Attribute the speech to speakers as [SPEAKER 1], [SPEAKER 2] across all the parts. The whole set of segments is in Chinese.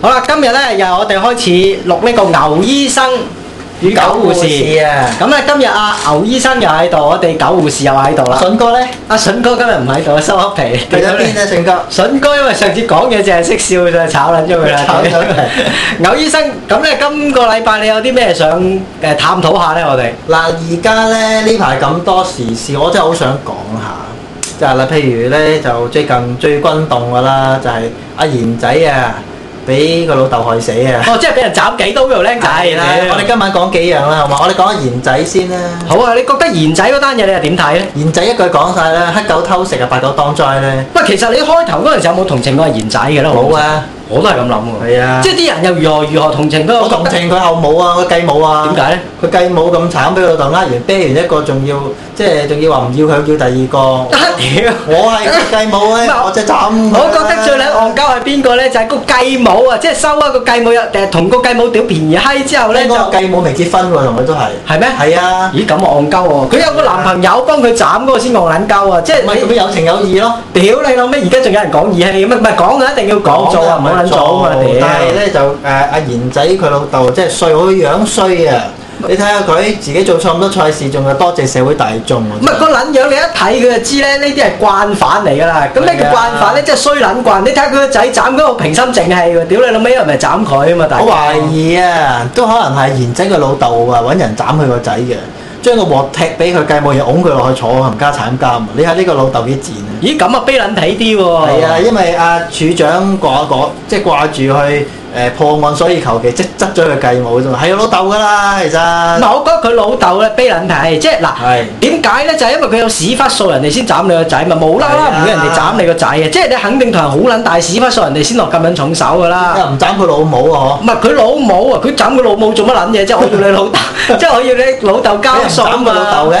[SPEAKER 1] 好啦，今日咧又係我哋開始錄呢個牛醫生與狗護士。
[SPEAKER 2] 啊，
[SPEAKER 1] 咁咧今日阿牛醫生又喺度，我哋狗護士又喺度啦。
[SPEAKER 2] 筍哥咧，
[SPEAKER 1] 阿筍哥今日唔喺度，收黑皮。
[SPEAKER 2] 去咗邊啊？筍哥，
[SPEAKER 1] 筍哥因為上次講嘢淨係識笑就炒撚咗佢啦。
[SPEAKER 2] 炒咗佢
[SPEAKER 1] 牛醫生，咁咧今個禮拜你有啲咩想誒探討下咧？我 哋
[SPEAKER 2] 嗱而家咧呢排咁多時事，我真係好想講下，就係啦，譬如咧就最近最轟動噶啦，就係阿賢仔啊，俾個老豆害死啊！
[SPEAKER 1] 哦，即係俾人斬幾刀呢條僆仔。
[SPEAKER 2] 係啦，我哋今晚講幾樣啦，好嘛？我哋講阿賢仔先啦。
[SPEAKER 1] 好啊，你覺得賢仔嗰單嘢你係點睇咧？
[SPEAKER 2] 賢仔一句講晒啦，黑狗偷食啊，白狗當災咧，
[SPEAKER 1] 喂，其實你開頭嗰陣時有冇同情過賢仔嘅咧？我
[SPEAKER 2] 冇，啊，
[SPEAKER 1] 我都係咁諗喎。
[SPEAKER 2] 係啊
[SPEAKER 1] 即，係啲人又如何如何同情都
[SPEAKER 2] 我同情佢後母啊，佢繼母啊。
[SPEAKER 1] 點解咧？
[SPEAKER 2] 佢繼母咁慘，俾佢老豆呃完，啤完一個，仲要即係仲要話唔要佢，要第二個。
[SPEAKER 1] 屌！
[SPEAKER 2] 我係佢繼母咧，我真係慘。
[SPEAKER 1] 我覺得最撚戇鳩係邊個咧？就係、個繼母啊，即係收一個繼母入誒同個繼母屌便宜閪之後咧
[SPEAKER 2] 咧，
[SPEAKER 1] 就
[SPEAKER 2] 我繼母未結婚喎，同佢都係。
[SPEAKER 1] 係咩？
[SPEAKER 2] 係啊，
[SPEAKER 1] 咦咁我戇鳩喎！佢有個男朋友幫佢斬嗰個先戇撚鳩啊！即係
[SPEAKER 2] 唔係咁
[SPEAKER 1] 你
[SPEAKER 2] 有情有義咯。
[SPEAKER 1] 屌你老咩？而家仲有人講義氣咁啊？唔係講就一定要講做啊，唔好撚做啊嘛！屌！
[SPEAKER 2] 但係咧就誒阿賢仔佢老豆即係衰，好樣衰啊！你睇下佢自己做錯咁多賽事，仲係多謝社會大眾啊
[SPEAKER 1] 唔係
[SPEAKER 2] 喎。
[SPEAKER 1] 個撚樣，你一睇佢就知咧，呢啲係慣犯嚟㗎啦。咁咩叫
[SPEAKER 2] 係啊
[SPEAKER 1] 慣犯咧？即係衰撚慣。你睇下佢個仔斬嗰個平心靜氣喎，屌你老尾又唔係斬佢啊嘛！大佬
[SPEAKER 2] 我懷疑啊，都可能係賢仔佢老豆啊，揾人斬佢個仔嘅，將個鑊踢俾佢繼母，又拱佢落去坐冚家產監啊！你睇呢個老豆幾賤啊！
[SPEAKER 1] 咦咁啊，悲撚皮啲喎！
[SPEAKER 2] 係啊，因為阿處長掛掛即係掛住去誒破案，所以求其即執咗佢繼母啫嘛，係我老豆噶啦，其
[SPEAKER 1] 唔
[SPEAKER 2] 實
[SPEAKER 1] 係，我覺得佢老豆咧悲撚皮，即係嗱
[SPEAKER 2] 係
[SPEAKER 1] 點解咧？就係、因為佢有屎忽數，人哋先斬你個仔嘛，無啦啦
[SPEAKER 2] 係啊
[SPEAKER 1] 唔會人哋斬你個仔嘅，即係你肯定同人好撚大屎忽數，人哋先落咁樣重手噶啦。
[SPEAKER 2] 又唔斬佢老母啊，
[SPEAKER 1] 唔係佢老母啊，佢斬佢老母做乜撚嘢啫？我要你老豆，即係我要你老豆
[SPEAKER 2] 嗬！
[SPEAKER 1] 交
[SPEAKER 2] 你
[SPEAKER 1] 數
[SPEAKER 2] 又
[SPEAKER 1] 啊
[SPEAKER 2] 唔斬佢老豆
[SPEAKER 1] 嘛。
[SPEAKER 2] 嘅，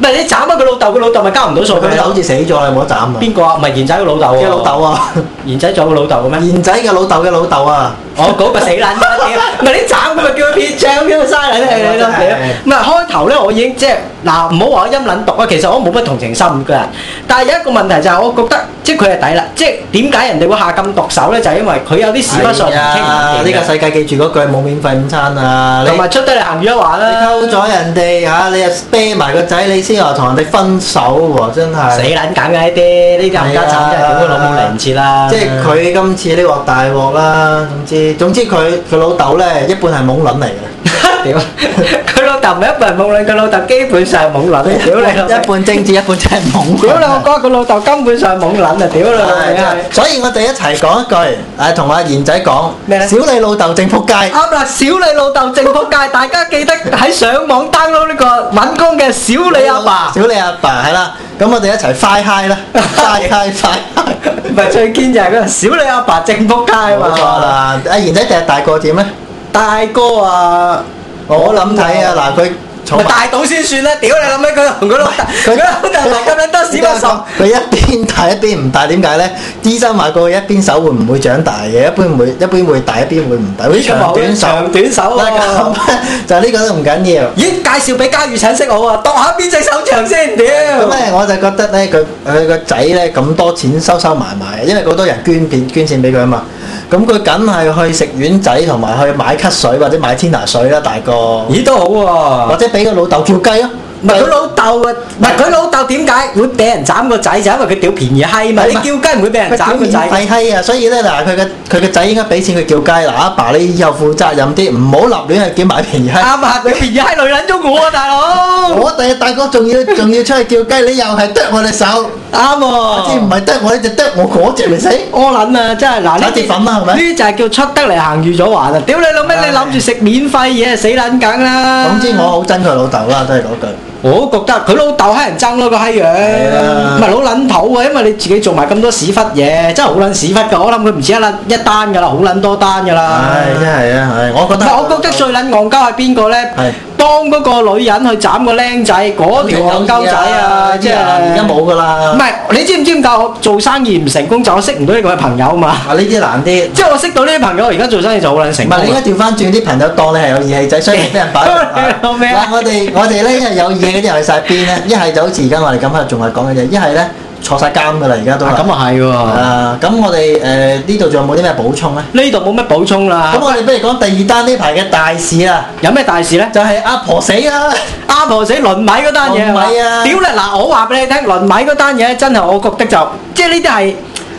[SPEAKER 1] 唔係你斬咗佢老豆，佢老豆咪交唔到數
[SPEAKER 2] 佢
[SPEAKER 1] 俾你
[SPEAKER 2] 老豆
[SPEAKER 1] 咯
[SPEAKER 2] 好。似死咗啦，冇得斬啊！
[SPEAKER 1] 邊個啊？唔係賢仔個老豆喎。
[SPEAKER 2] 嘅老豆啊，
[SPEAKER 1] 賢仔仲有個老豆嘅咩？
[SPEAKER 2] 賢仔嘅老豆嘅老豆啊，
[SPEAKER 1] 我嗰個死撚咗，屌！唔係你斬佢咪叫佢撇帳嘅嘥撚氣你咯，屌！唔係開頭咧，我已經即係嗱，唔好話我陰撚毒啊，其實我冇乜同情心嘅人。但係有一個問題就係，我覺得即係佢係抵啦，即係點解人哋會下咁毒手咧？就係因為佢有啲屎忽上唔
[SPEAKER 2] 係
[SPEAKER 1] 傾唔
[SPEAKER 2] 啊！
[SPEAKER 1] 掂
[SPEAKER 2] 呢個
[SPEAKER 1] 嘅，
[SPEAKER 2] 世界記住嗰句冇免費午餐啊！
[SPEAKER 1] 同
[SPEAKER 2] 你
[SPEAKER 1] 埋出得嚟行魚一環
[SPEAKER 2] 你
[SPEAKER 1] 啦，
[SPEAKER 2] 溝咗人哋嚇，你又啤埋個仔，你先話同人哋分手喎，真係
[SPEAKER 1] 死。撚梗嘅呢啲，呢啲冚家產真係屌佢老母嚟唔切啦！
[SPEAKER 2] 即係 佢今次呢鑊大鑊啦，總之總之佢佢老豆咧一半係懵撚嚟嘅，
[SPEAKER 1] 屌，佢老豆唔係一個人冇論，佢老豆基本上冇撚，屌你老味
[SPEAKER 2] 一半政治一半真係懵。
[SPEAKER 1] 屌你我哥佢老豆根本上冇撚啊！屌你老味啊！
[SPEAKER 2] 所以我哋一齊講一句，誒同阿賢仔講，
[SPEAKER 1] 咩呢
[SPEAKER 2] 小你老豆正撲街，
[SPEAKER 1] 啱啦，小你老豆正仆界，大家記得喺上網 download 呢個揾工嘅小你阿爸。
[SPEAKER 2] 小你阿爸係啦，咁我哋一齊快嗨 啦，快嗨快嗨，
[SPEAKER 1] 唔係最堅就係嗰個小你阿爸正仆街啊嘛。
[SPEAKER 2] 冇錯。啦，阿賢仔第日大個點咧？
[SPEAKER 1] 大哥啊，
[SPEAKER 2] 我諗睇啊，嗱佢坐
[SPEAKER 1] 咪
[SPEAKER 2] 埋
[SPEAKER 1] 大到先算啦！屌你諗起佢同佢老豆，佢老豆咪咁撚多屎忽
[SPEAKER 2] 佢
[SPEAKER 1] 索。
[SPEAKER 2] 佢一邊大一邊唔大，點解咧？醫生話過一邊手會唔會長大嘅，一般會一邊會大，一邊會唔大，好似
[SPEAKER 1] 咁啊
[SPEAKER 2] 長短手。
[SPEAKER 1] 長短手
[SPEAKER 2] 嗱
[SPEAKER 1] 喎
[SPEAKER 2] 咁。就呢個都唔緊要。
[SPEAKER 1] 咦，介紹俾嘉宇請識我啊！度下邊隻手長先，屌！
[SPEAKER 2] 咁咧我就覺得咧，佢佢個仔咧咁多錢收收埋埋，因為好多人捐片捐錢俾佢啊嘛。咁佢梗係去食丸仔同埋去買咳水或者買天拿水啦，大個。
[SPEAKER 1] 咦，都好喎
[SPEAKER 2] 或。者俾個老豆叫雞咯。
[SPEAKER 1] 唔係佢老豆啊，唔係佢老豆點解會俾人斬個仔？就因為佢屌便宜閪嘛，你叫雞唔會俾人斬個仔。
[SPEAKER 2] 廢閪啊！所以咧嗱，佢嘅佢嘅仔應該俾錢佢叫雞嗱，阿爸你以後負責任啲，唔好立亂去叫買便宜閪。
[SPEAKER 1] 啱啊！你便宜閪女撚咗我啊，大佬！
[SPEAKER 2] 我第日大哥 仲要仲要出去叫雞，你又係剁我隻手，
[SPEAKER 1] 啱
[SPEAKER 2] 即唔
[SPEAKER 1] 喎。
[SPEAKER 2] 係剁我呢隻，剁我嗰隻嚟死。
[SPEAKER 1] 我撚啊，真係嗱呢
[SPEAKER 2] 炒
[SPEAKER 1] 啲
[SPEAKER 2] 鐵粉啦係咪
[SPEAKER 1] 呢啲就係叫出得嚟行預咗還啊！屌你老味，
[SPEAKER 2] 唉
[SPEAKER 1] 你諗住食免費嘢死撚梗啦！
[SPEAKER 2] 總之我好憎佢老豆啦，都係嗰句。
[SPEAKER 1] 我都覺得佢老豆閪人憎咯個閪樣，
[SPEAKER 2] 啊
[SPEAKER 1] 唔係老撚土啊！因為你自己做埋咁多屎忽嘢，真係好撚屎忽㗎！我諗佢唔止一撚一單㗎啦，好撚多單㗎啦。
[SPEAKER 2] 唉，真係啊，唉，我覺
[SPEAKER 1] 唔
[SPEAKER 2] 得
[SPEAKER 1] 係，我覺得最撚戇鳩係邊個咧
[SPEAKER 2] 係？
[SPEAKER 1] 幫嗰個女人去斬個僆仔，嗰條戇鳩仔啊！即係
[SPEAKER 2] 而家冇噶啦
[SPEAKER 1] 唔。係，你知唔知點解我做生意唔成功就係我識唔到呢個嘅朋友 嘛？
[SPEAKER 2] 啊，呢啲難啲。
[SPEAKER 1] 即係我識到呢啲朋友，我而家做生意就好撚成
[SPEAKER 2] 唔
[SPEAKER 1] 功
[SPEAKER 2] 係，你應
[SPEAKER 1] 啦。
[SPEAKER 2] 該調翻轉啲朋友當你係有義氣仔，所以俾 人擺落去。
[SPEAKER 1] 你老味啊
[SPEAKER 2] 嗱，我哋我哋咧，因為有義氣嗰啲人去晒邊咧？一係就好似而家我哋咁喺度仲係講嘅嘢，一係咧坐晒監㗎啦，而家都係。
[SPEAKER 1] 咁啊係喎，
[SPEAKER 2] 啊，咁我哋誒呢度仲有冇啲咩補充咧？
[SPEAKER 1] 呢度冇乜補充啦
[SPEAKER 2] 咁。我哋不如講第二單呢排嘅大事啦，
[SPEAKER 1] 有咩大事咧？
[SPEAKER 2] 就係阿婆死啦。
[SPEAKER 1] 阿婆死輪米嗰單嘢係嘛
[SPEAKER 2] 輪米啊
[SPEAKER 1] 屌你嗱，我話俾你聽，輪米嗰單嘢真係我覺得就即係呢啲係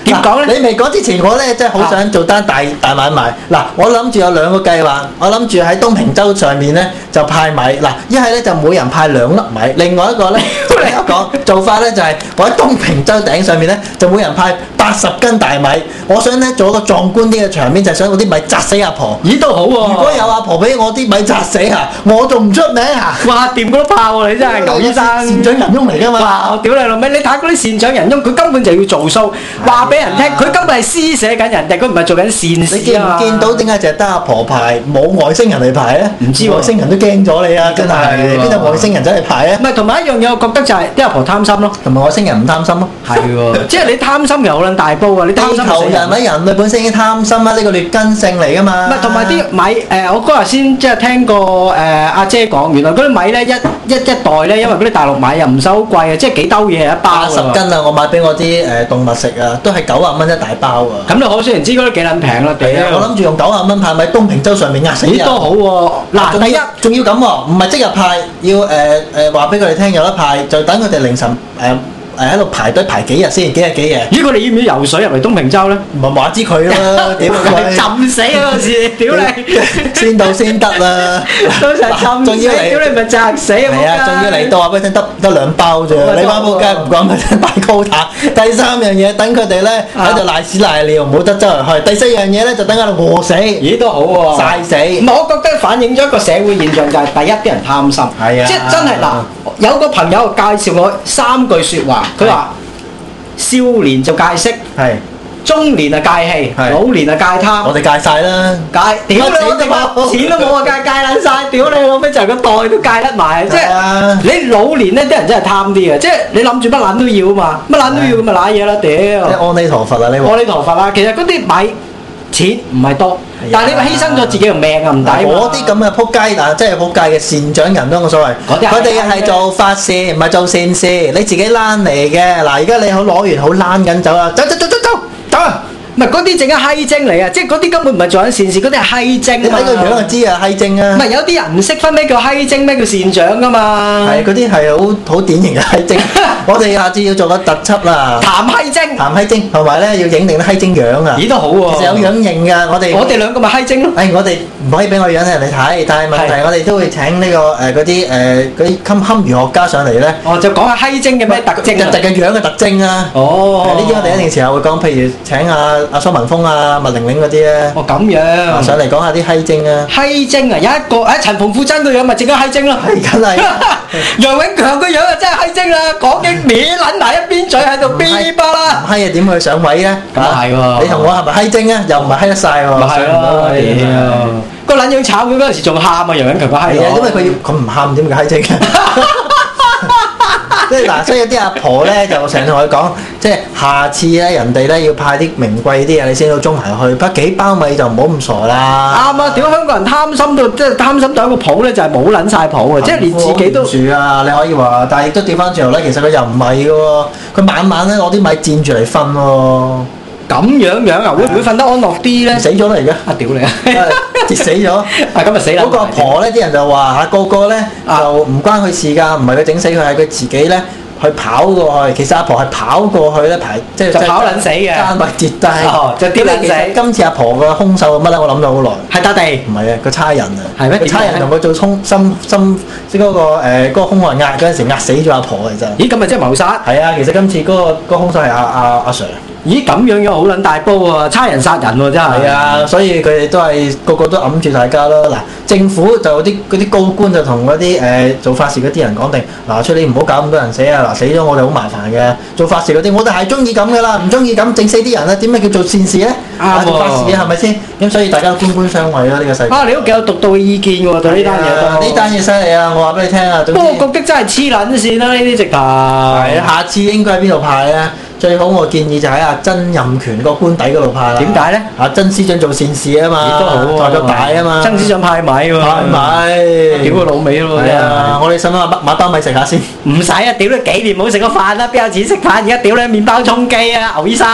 [SPEAKER 1] 點講
[SPEAKER 2] 嗱
[SPEAKER 1] 咧？
[SPEAKER 2] 你未講之前，我咧真係好想做單大大買賣。嗱，我諗住有兩個計劃，我諗住喺東平洲上面咧就派米。嗱，一係咧就每人派兩粒米，另外 一個咧
[SPEAKER 1] 屌你
[SPEAKER 2] 我講做法咧就係我喺東平洲頂上面咧就每人派八十斤大米。我想咧做一個壯觀啲嘅場面，就係想嗰啲米砸死阿婆。
[SPEAKER 1] 咦都好喎、
[SPEAKER 2] 如果有阿婆俾我啲米砸死啊，我仲唔出名啊？
[SPEAKER 1] 哇掂嗰啲炮喎，你真
[SPEAKER 2] Dạ,
[SPEAKER 1] 係牛醫
[SPEAKER 2] 善
[SPEAKER 1] 生。
[SPEAKER 2] 長人翁嚟㗎嘛
[SPEAKER 1] 哇！。我屌你老味，你睇嗰啲善長人翁，佢根本就要做數，話俾人聽，佢根本係施捨緊人哋，佢唔係做緊善
[SPEAKER 2] 你
[SPEAKER 1] 事
[SPEAKER 2] 見唔
[SPEAKER 1] 啊！
[SPEAKER 2] 見到點解就係得阿婆牌，冇外星人嚟排咧？
[SPEAKER 1] 唔知喎
[SPEAKER 2] 外星人都驚咗你啊！真係
[SPEAKER 1] 真係喎
[SPEAKER 2] 邊度外星人走嚟排咧
[SPEAKER 1] 唔？係，同埋一樣嘢，我覺得就係啲阿婆貪心咯。
[SPEAKER 2] 同埋外星人唔貪心咯。
[SPEAKER 1] 係喎，即係你貪心又好撚大煲啊！你貪
[SPEAKER 2] 地
[SPEAKER 1] 心
[SPEAKER 2] 球
[SPEAKER 1] 死
[SPEAKER 2] 人或者人類本身已經貪心啦，呢個劣根性嚟㗎嘛。
[SPEAKER 1] 唔係，同埋啲米誒、我嗰日先即係聽過誒阿、姐講，原來嗰啲米咧一一一袋咧，因為嗰啲大陸米又唔收貴啊，即係幾兜嘢一包
[SPEAKER 2] 八十
[SPEAKER 1] 㗎喎。
[SPEAKER 2] 斤啊！我買俾我啲誒動物食啊，都係九啊蚊一大包啊。
[SPEAKER 1] 咁你可想而知嗰啲幾撚平啦，屌！
[SPEAKER 2] 係啊我諗住用九啊蚊派米東平洲上面壓死
[SPEAKER 1] 咦
[SPEAKER 2] 人。
[SPEAKER 1] 都好喎、嗱，
[SPEAKER 2] 仲
[SPEAKER 1] 第一
[SPEAKER 2] 要仲要咁喎，唔係即日派，要誒誒話俾佢哋聽有得派，就等佢哋凌晨誒誒喺度排隊排幾日先，幾日幾夜。
[SPEAKER 1] 咦佢哋要唔要游水入嚟東平洲咧？
[SPEAKER 2] 唔係話知佢啦，
[SPEAKER 1] Ờ,
[SPEAKER 2] 屌佢！
[SPEAKER 1] 浸死啊！嗰時，屌 你！
[SPEAKER 2] 先到先得啦，
[SPEAKER 1] 到時候浸
[SPEAKER 2] 仲
[SPEAKER 1] 死，
[SPEAKER 2] 要
[SPEAKER 1] 屌
[SPEAKER 2] 嚟，
[SPEAKER 1] 你咪砸死啊！
[SPEAKER 2] 係
[SPEAKER 1] 仆
[SPEAKER 2] 啊，
[SPEAKER 1] 街
[SPEAKER 2] 仲要嚟到話俾你聽得得兩包啫，
[SPEAKER 1] 冇得
[SPEAKER 2] 你包煲雞唔講俾 你聽大 quota。第三樣嘢等佢哋咧
[SPEAKER 1] 啊
[SPEAKER 2] 喺度賴屎賴尿，唔好得周圍去。第四樣嘢咧就等佢哋餓死，
[SPEAKER 1] 咦都好喎、
[SPEAKER 2] 曬死。
[SPEAKER 1] 唔係，我覺得反映咗一個社會現象，就係第一啲人貪心，
[SPEAKER 2] 係啊
[SPEAKER 1] 即係真係嗱，有個朋友介紹我三句説話，佢話少年就戒色，
[SPEAKER 2] 係，
[SPEAKER 1] 中年啊戒氣，
[SPEAKER 2] 係
[SPEAKER 1] 老年啊戒貪
[SPEAKER 2] 我。哋戒晒啦。
[SPEAKER 1] 戒屌你
[SPEAKER 2] 乜
[SPEAKER 1] 我
[SPEAKER 2] 錢都冇
[SPEAKER 1] 哋錢都冇啊！戒戒撚晒，屌你老味就係個袋都戒得埋，即
[SPEAKER 2] 係啊
[SPEAKER 1] 係你老年呢啲人真係貪啲嘅，啊即係你諗住乜撚都要啊嘛，乜撚都要咁咪賴嘢啦
[SPEAKER 2] 即係
[SPEAKER 1] 屌！
[SPEAKER 2] 阿彌陀佛啦，你話
[SPEAKER 1] 我。呢頭髮啦，啊其實嗰啲米錢唔係多
[SPEAKER 2] 哎呀，
[SPEAKER 1] 但係你咪犧牲咗自己條命啊，唔抵嘛。
[SPEAKER 2] 我啲咁嘅撲街嗱，即係撲街嘅善長人都冇所謂。
[SPEAKER 1] 嗰啲係
[SPEAKER 2] 佢哋係做法事，唔係做善事。你自己躝嚟嘅嗱，而家你好攞完好躝緊走啊！走走走走走走啊！
[SPEAKER 1] 唔係嗰啲淨係閪精嚟啊！即係嗰啲根本唔係做緊善事，嗰啲係閪
[SPEAKER 2] 你
[SPEAKER 1] 精啊
[SPEAKER 2] 睇個樣就知啊，閪精啊
[SPEAKER 1] 唔！係有啲人唔識分咩叫閪精，咩叫善長噶嘛。
[SPEAKER 2] 係嗰啲係好好典型嘅閪精。我哋下次要做個特輯啦，
[SPEAKER 1] 談閪精，
[SPEAKER 2] 談閪精，同埋咧要影定啲閪精樣啊。
[SPEAKER 1] 咦都好
[SPEAKER 2] 其
[SPEAKER 1] 喎。
[SPEAKER 2] 實有樣認㗎，我哋
[SPEAKER 1] 我哋兩個咪閪精咯。
[SPEAKER 2] 誒，我哋唔可以俾我樣人哋睇，但係問題
[SPEAKER 1] 係
[SPEAKER 2] 我哋都會請呢個誒嗰啲誒嗰啲堪堪輿學家上嚟咧。
[SPEAKER 1] 哦，就講下閪精嘅咩特徵
[SPEAKER 2] 人
[SPEAKER 1] 啊
[SPEAKER 2] 哋？嘅樣嘅特徵啊。
[SPEAKER 1] 哦，
[SPEAKER 2] 呢啲我哋一定時候會講，譬如請阿阿蘇文峰啊、麥玲玲嗰啲咧，
[SPEAKER 1] 哦咁樣。
[SPEAKER 2] 上嚟講下啲閪精啊。
[SPEAKER 1] 閪精啊，有一個誒陳馮富珍個樣咪整咗閪精咯。
[SPEAKER 2] 係梗係
[SPEAKER 1] 楊永強個樣啊，真係閪精啦，講嘅歪撚埋一邊嘴喺度噼哩啪啦。
[SPEAKER 2] 唔閪啊點去上位咧？
[SPEAKER 1] 咁啊係喎
[SPEAKER 2] 你同我係咪閪精啊？又唔係閪得晒喎。
[SPEAKER 1] 咪係
[SPEAKER 2] 上唔到
[SPEAKER 1] 咯，
[SPEAKER 2] 位啊
[SPEAKER 1] 屌！個撚樣炒佢嗰陣時仲喊啊，楊永強個閪
[SPEAKER 2] 係啊，
[SPEAKER 1] 佬
[SPEAKER 2] 因為佢要佢唔喊點叫閪精 啊？即係嗱，所以有啲阿婆咧就成日同佢講，即係下次咧人哋咧要派啲名貴啲嘢，你先到中埋去，不過幾包米就唔好咁傻啦。
[SPEAKER 1] 啱啊！屌香港人貪心到即係貪心到一個譜咧，就係冇撚晒譜啊！即係連自己都
[SPEAKER 2] 住啊！你可以話，但係亦都調翻轉頭咧，其實佢又唔係嘅喎，佢晚晚咧攞啲米墊住嚟瞓喎，
[SPEAKER 1] 咁樣樣啊，會唔會瞓得安樂啲 咧？
[SPEAKER 2] 死咗啦而家，
[SPEAKER 1] 啊屌 你啊！
[SPEAKER 2] 跌死咗。
[SPEAKER 1] 啊咁啊 死啦！
[SPEAKER 2] 嗰個阿婆咧，啲人就話嚇個個咧
[SPEAKER 1] 啊
[SPEAKER 2] 就唔關佢事㗎，唔係佢整死佢，係佢自己咧去跑過去。其實阿婆係跑過去咧，排即係
[SPEAKER 1] 就跑撚死嘅
[SPEAKER 2] 爭埋跌低
[SPEAKER 1] 哦，就跌撚死
[SPEAKER 2] 咁你其實今次阿婆個兇手係乜咧？我諗咗好耐。
[SPEAKER 1] 係笪地。
[SPEAKER 2] 唔係啊，個差人啊，
[SPEAKER 1] 係咩
[SPEAKER 2] 個差人
[SPEAKER 1] 點解
[SPEAKER 2] 同
[SPEAKER 1] 咧
[SPEAKER 2] 佢做衝心心即係嗰個誒嗰個兇案壓嗰陣時壓死咗阿婆其實。
[SPEAKER 1] 咦咁咪即係謀殺？
[SPEAKER 2] 係啊，其實今次嗰、個嗰、個兇手係阿阿阿 Sir。
[SPEAKER 1] 咦咁樣樣好撚大煲喎，差人殺人喎真係。
[SPEAKER 2] 係，啊，所以佢哋都係個個都揞住大家咯。嗱，政府就有啲嗰啲高官就同嗰啲誒做法事嗰啲人講定，嗱，出你唔好搞咁多人死啊！嗱，死咗我哋好麻煩嘅。做法事嗰啲，我哋係中意咁噶啦，唔中意咁整死啲人啦，點咩叫做善事咧？
[SPEAKER 1] 啱
[SPEAKER 2] 啊做
[SPEAKER 1] 喎
[SPEAKER 2] 法事係咪先？咁所以大家官官相衛咯，呢個世界。
[SPEAKER 1] 啊你都幾有獨到嘅意見喎，對呢單嘢
[SPEAKER 2] 啊
[SPEAKER 1] 都。
[SPEAKER 2] 呢單嘢犀利啊！我話俾你聽啊，總
[SPEAKER 1] 不過
[SPEAKER 2] 之
[SPEAKER 1] 我覺得真係黐撚線啦，呢啲直頭。
[SPEAKER 2] 係啊，下次應該喺邊度派咧？最好我建議就喺阿曾蔭權個官邸嗰度派啦。
[SPEAKER 1] 點解咧？
[SPEAKER 2] 阿曾司長做善事啊嘛，
[SPEAKER 1] 亦都好喎
[SPEAKER 2] 代咗大啊嘛，
[SPEAKER 1] 曾司長派米喎，
[SPEAKER 2] 派咪
[SPEAKER 1] 屌佢老味咯，
[SPEAKER 2] 係
[SPEAKER 1] 真
[SPEAKER 2] 啊！
[SPEAKER 1] 係
[SPEAKER 2] 我哋使唔使買買包米食下先？
[SPEAKER 1] 唔使啊！屌你幾年冇食過飯啦，邊有錢食飯？而家屌你麵包充飢啊，牛醫生，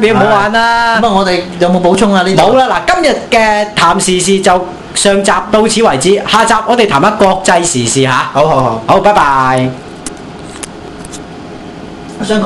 [SPEAKER 1] 屌唔好玩啦
[SPEAKER 2] 咁！啊，我哋有冇補充啊？呢度
[SPEAKER 1] 冇，啦，嗱，今日嘅談時事就上集到此為止，下集我哋談下國際時事嚇。
[SPEAKER 2] 好好好，
[SPEAKER 1] 好，拜拜。
[SPEAKER 2] 我想講。